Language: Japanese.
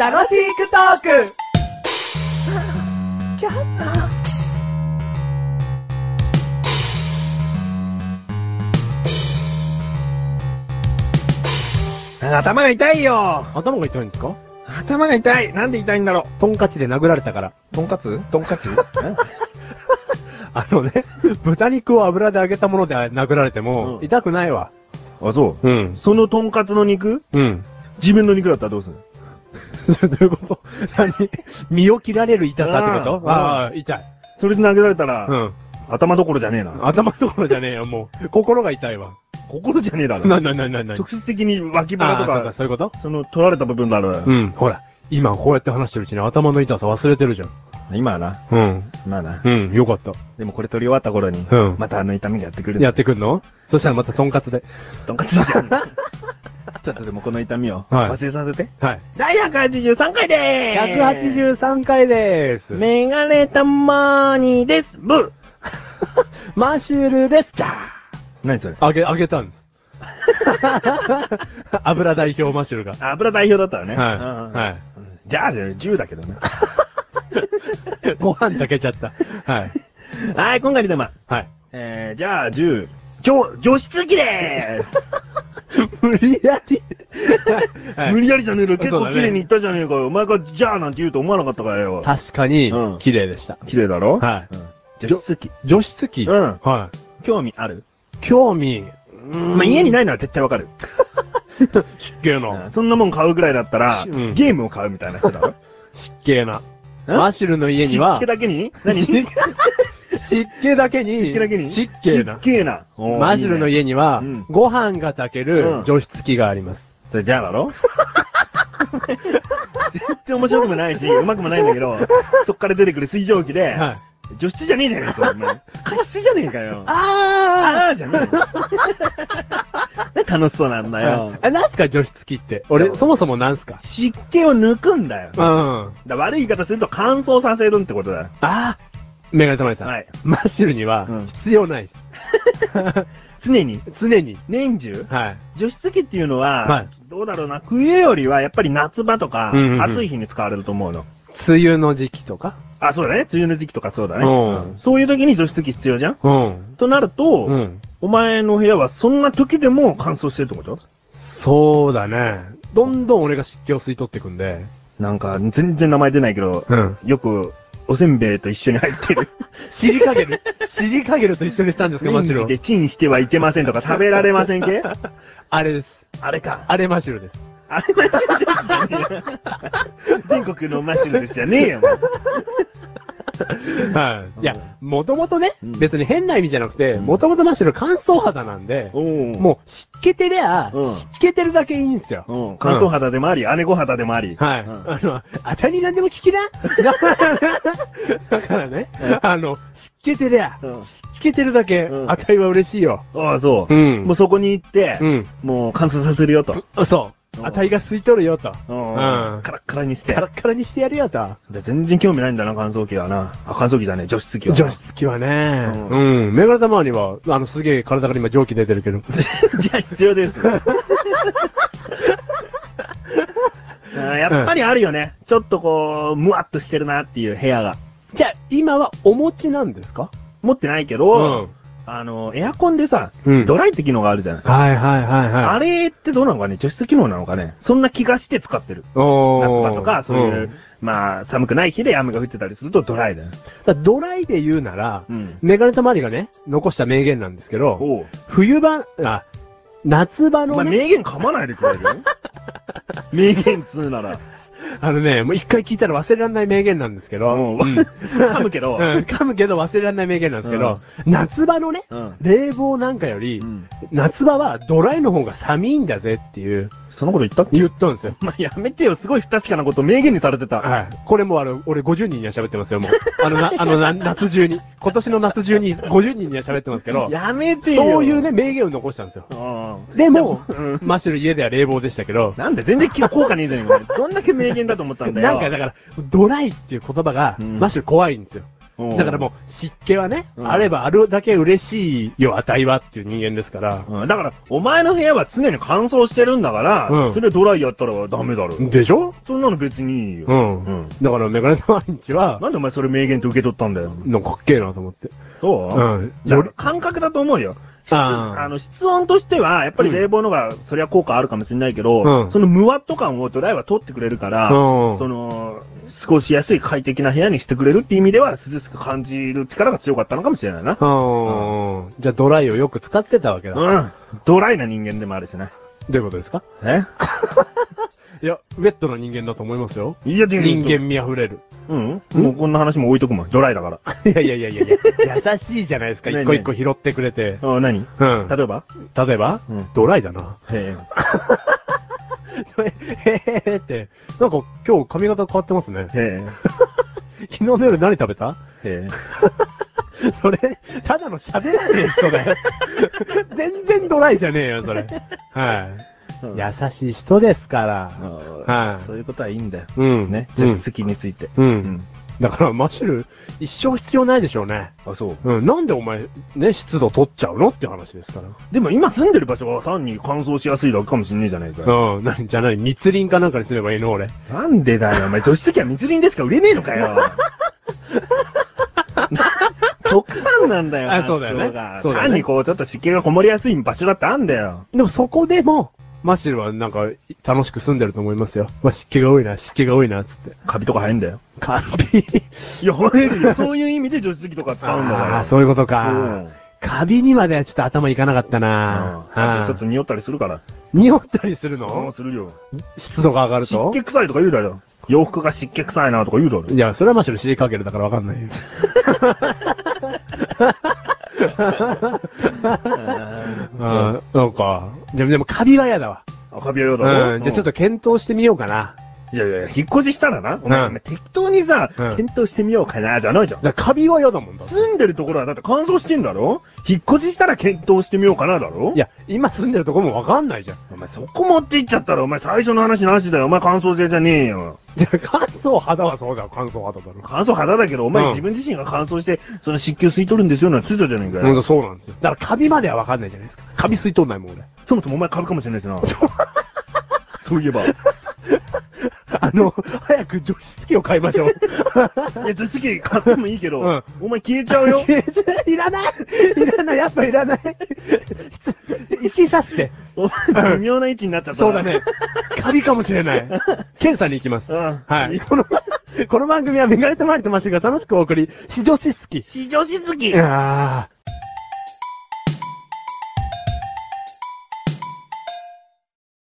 楽しくトーク頭が痛いよ頭が痛いんですか頭が痛いなんで痛いんだろトンカチで殴られたから。うとんかつとんかつあのね、 豚肉を油で揚げたもので殴られても、うん痛くないわ。あ、そうう。ん。そのとんかつの肉うん。 自分の肉だったらどうするそれどういうこと何 身を切られる痛さってこうんとああ、痛い。それで投げられたら、うん。頭どころじゃねえな。頭どころじゃねえよ、もう。心が痛いわ。心じゃねえだろ。な、な、な、な、な。直接的に脇腹とああ、そうか、か、そういうことその取られた部分だろ。うん。ほら、今こうやって話してるうちに頭の痛さ忘れてるじゃん。今はな、うん。まあな。うん、よかった。でもこれ取り終わった頃に、うんまたあの痛みがやってくる。やってくんのそしたらまたトンカツで。とんかつじゃん。 ちょっとでもこの痛みをはい忘れさせて。はい。第183回でーす183回でーす。メガネたまーにです。ブーマッシュルです。じゃあ。何それあげ、あげたんです。 油代表マッ シュルが。油代表だったよね。はいうんはいうんじゃあ、10だけどね。 ご飯だけちゃった。はい。はい、今回のテーマ。はい。えー、じゃあ、10。除、除湿機でーす、無理やり。 はい無理やりじゃねえよ。結そうだね構綺麗にいったじゃねえかよ。お前がじゃあなんて言うと思わなかったからよ。確かにうん、綺麗でした。綺麗だろはいうん。除湿機。除湿機うんはい。興味ある興味。まあ、家にな。ないのは絶対わかる。湿気うんな。そんなもん買うぐらいだったら、うんゲームを買うみたいな人だろ。湿気な。マッシュルの家 には湿気、だけに何湿気湿気だけに湿気だけ、に湿気な。湿気な。おーマッシュルの。いいね家にはうん、ご飯が炊けうるん除湿機があります。それじゃあだろ全然面白くもないし、うまくもないんだけど、そっから出てくる水蒸気で、はい。除湿じゃねえじゃねえかよ、お前。加湿じゃねえかよ。 ああーじゃねえよ 楽しそうなんだよ。え、なんすか除湿機って。俺、そもそもなんすか湿気を抜くんだよ。うん。あだ悪い言い方すると乾燥させるってことだよ。あメガネたまりさん。はい。マッシュルにはうん必要ないです。常に、常に。年中、はい。除湿機っていうのは、はいどうだろうな、冬よりはやっぱり夏場とか、うんうんうん暑い日に使われると思うの。梅雨の時期とかあ、そうだね。梅雨の時期とかそうだね。うんうんそういう時に除湿機必要じゃんうん。となると、うん。お前の部屋はそんな時でも乾燥してるってことそうだね。どんどん俺が湿気を吸い取ってくんで。なんか、全然名前出ないけど、うん。よく、おせんべいと一緒に入って る。シリカ ゲル。シリカゲルと一緒にしたんですか、レマンッジシュルでを。チンしてはいけませんと か食べられません系あれです。あれか。あれマッシュルです。あれマシュルですよね。全国のマシュルですじゃねえ よ、はい。いや、もともとね、うん別に変な意味じゃなくて、うんもともとマッシュル乾燥肌なんで、お前もう湿気てりゃ、うん湿気てるだけいいんですよ。うん、乾燥肌でもあり、姉御肌でもあり。はい。うんあの、あたりなんでも聞きな。だからね、あの、湿気てりゃ、うん湿気てるだけ、うんあたりは嬉しいよ。ああ、そう。うんもうそこに行って、うん。もう乾燥させるよと。うん。そう。んうあたりが吸い取るよと。うんカラッカラにしてカ。ラッカラにしてやるよと。で全然興味ないんだな、乾燥機はな。あ、乾燥機じゃねえ、除湿機は。除。湿機はね、うんうん。メガネ玉には、あの、すげえ体から今蒸気出てる けど。じゃあ必要です。うんやっぱりあるよね。ちょっとこう、むわっとしてるなっていう部屋が。じゃあ、今はお餅なんですか持ってないけうど、。あの、エアコンでさ、うんドライって機能があるじゃない。はいはいはいはい。あれってどうなのかね除湿機能なのかねそんな気がして使ってる。お夏ー場とか、そういう、んだまあ、寒くない日で雨が降ってたりするとドライだよ。からドライで言うなら、うん。メガネたまりがね、残した名言なんですけど、おう。冬場、あ、夏場おの前ね、名言噛まないでくれる 名言つうなら。あのね、もう一回聞いたら忘れられない名言なんですけど、うんう ん噛むけど。うん噛むけど忘れられない名言なんですけど、夏場のね、うん。冷房なんかより、うん夏場はドライの方が寒いんだぜっていう、そのこと言ったっけ言ったんですよ。 まあ、やめてよ。すごい不確かなこと名言にされてた。はい。これもうあの、俺50人には喋ってますよ、もう。あのな、あのな、夏中に。今年の夏中に50人には喋ってますけど、やめてよ。そういうね、。名言を残したんですよ。うん。でも、うんマッシュル家では冷房でしたけど、なんで全然効果ねえ じゃねえか。どんだけ名言だと思ったんだよ。なんかだから、ドライっていう言葉が、うんマッシュル怖いんですよ。うんだからもう、湿気はね、うんあればあるだけ嬉しいよ、値はっていう人間ですから。うんだから、お前の部屋は常に乾燥してるんだから、うんそれドライやったらダメだろ。でしょそんなの別にいいよ。うん。うんだから、メガネの毎日は、なんでお前それ名言と受け取ったんだよ。のかっけえなと思って。そうう、ん。だよかりら、感覚だと思うよ。室あーあの室温としては、やっぱり冷房の方が、そりゃ効果あるかもしれないけど、うんそのムワッと感をドライは取ってくれるから、うんその、過ごしやすい快適な部屋にしてくれるっていう意味では、涼しく感じる力が強かったのかもしれないな。うん。じゃあ、ドライをよく使ってたわけだ。うん。ドライな人間でもあるしね。どういうことですかえいや、ウェットな人間だと思いますよ。いや、でも人。間味あふれる。うん。もうこんな話も置いとくもん。ドライだから。いやいやいやいやい や、優しいじゃないですか。ねえねえ一個一個拾ってくれて。あ何うん。例えば例えばうん。ドライだな。え へへへって。なんか今日髪型変わってますねえ。。え昨日の夜何食べたえ。ええ。それ、ただの喋らねえ人だ よ。全然ドライじゃねえよ、それ。 はい。うん優しい人ですから。あはーいそういうことはいいんだよ。うん。ね。う除ん湿機について。う。。うんだから、マシュル、一生必要ないでしょうね。あ、そう。うん。なんでお前、ね、湿度取っちゃうのって話ですから。でも今住んでる場所は単に乾燥しやすいだけかもしんねえじゃないかよ。うん。なに、じゃあ何密林かなんかにすればいいの俺。なんでだよ、お前。除湿機は密林でしか売れねえのかよ。極端なんだよ、あそうだよね環境がそうだよね単にこう、ちょっと湿気がこもりやすい場所だってあんだよ。でもそこでも、マシュルはなんか、楽しく住んでると思いますよ。まあ、湿気が多いな、湿気が多いな、つって。カビとか生えんだよ。完璧。いや、生えるよ。そういう意味で除湿機とか使うんだから。ああ、そういうことか。うんカビにまではちょっと頭いかなかったなうんあぁ。とちょっとと、匂ったりするから。匂ったりするうん、のするよ。湿度が上がる湿と気臭いとか言うだろ。洋服が湿気臭いなとか言うだろ。いや、それはマシュルシリカゲルだからわかんないよ。うん、なんか、でも、でもカビは嫌だわ。カビは嫌だろ。うん、じゃあちょっと検討してみようかな。いやいや、引っ越ししたらな、お前、うん適当にさ、うん検討してみようかな、じゃないじゃん。だからカビは嫌だもんだって。住んでるところはだって乾燥してんだろ引っ越ししたら検討してみようかな、だろいや、今住んでるとこもわかんないじゃん。お前そこ持って行っちゃったら、お前最初の話なしだよ。お前乾燥性じゃねえよ。じゃあ乾燥肌はそうだよ、乾燥肌だろ。乾燥肌だけど、お前、うん自分自身が乾燥して、その湿気を吸い取るんですよ、なんて言ってたじゃねえかほんよ。とそうなんですよ。だからカビまではわかんないじゃないですか。カビ吸い取んないもん俺。そもそもお前カビかもしれないしな。そういえば。い あの、早く除湿機を買いましょう。や、頭突き買ってもいいけど、うんお前消えちゃうよ。 いらないいらないやっぱいら ない失生きさして。お前、微妙な位置になっちゃった。そうだ。ね。カビかもしれない。検査に行きます。うん。はい。。この、この番組はメガネとマリとマシュルが楽しくお送り、市場し好き。非常識いや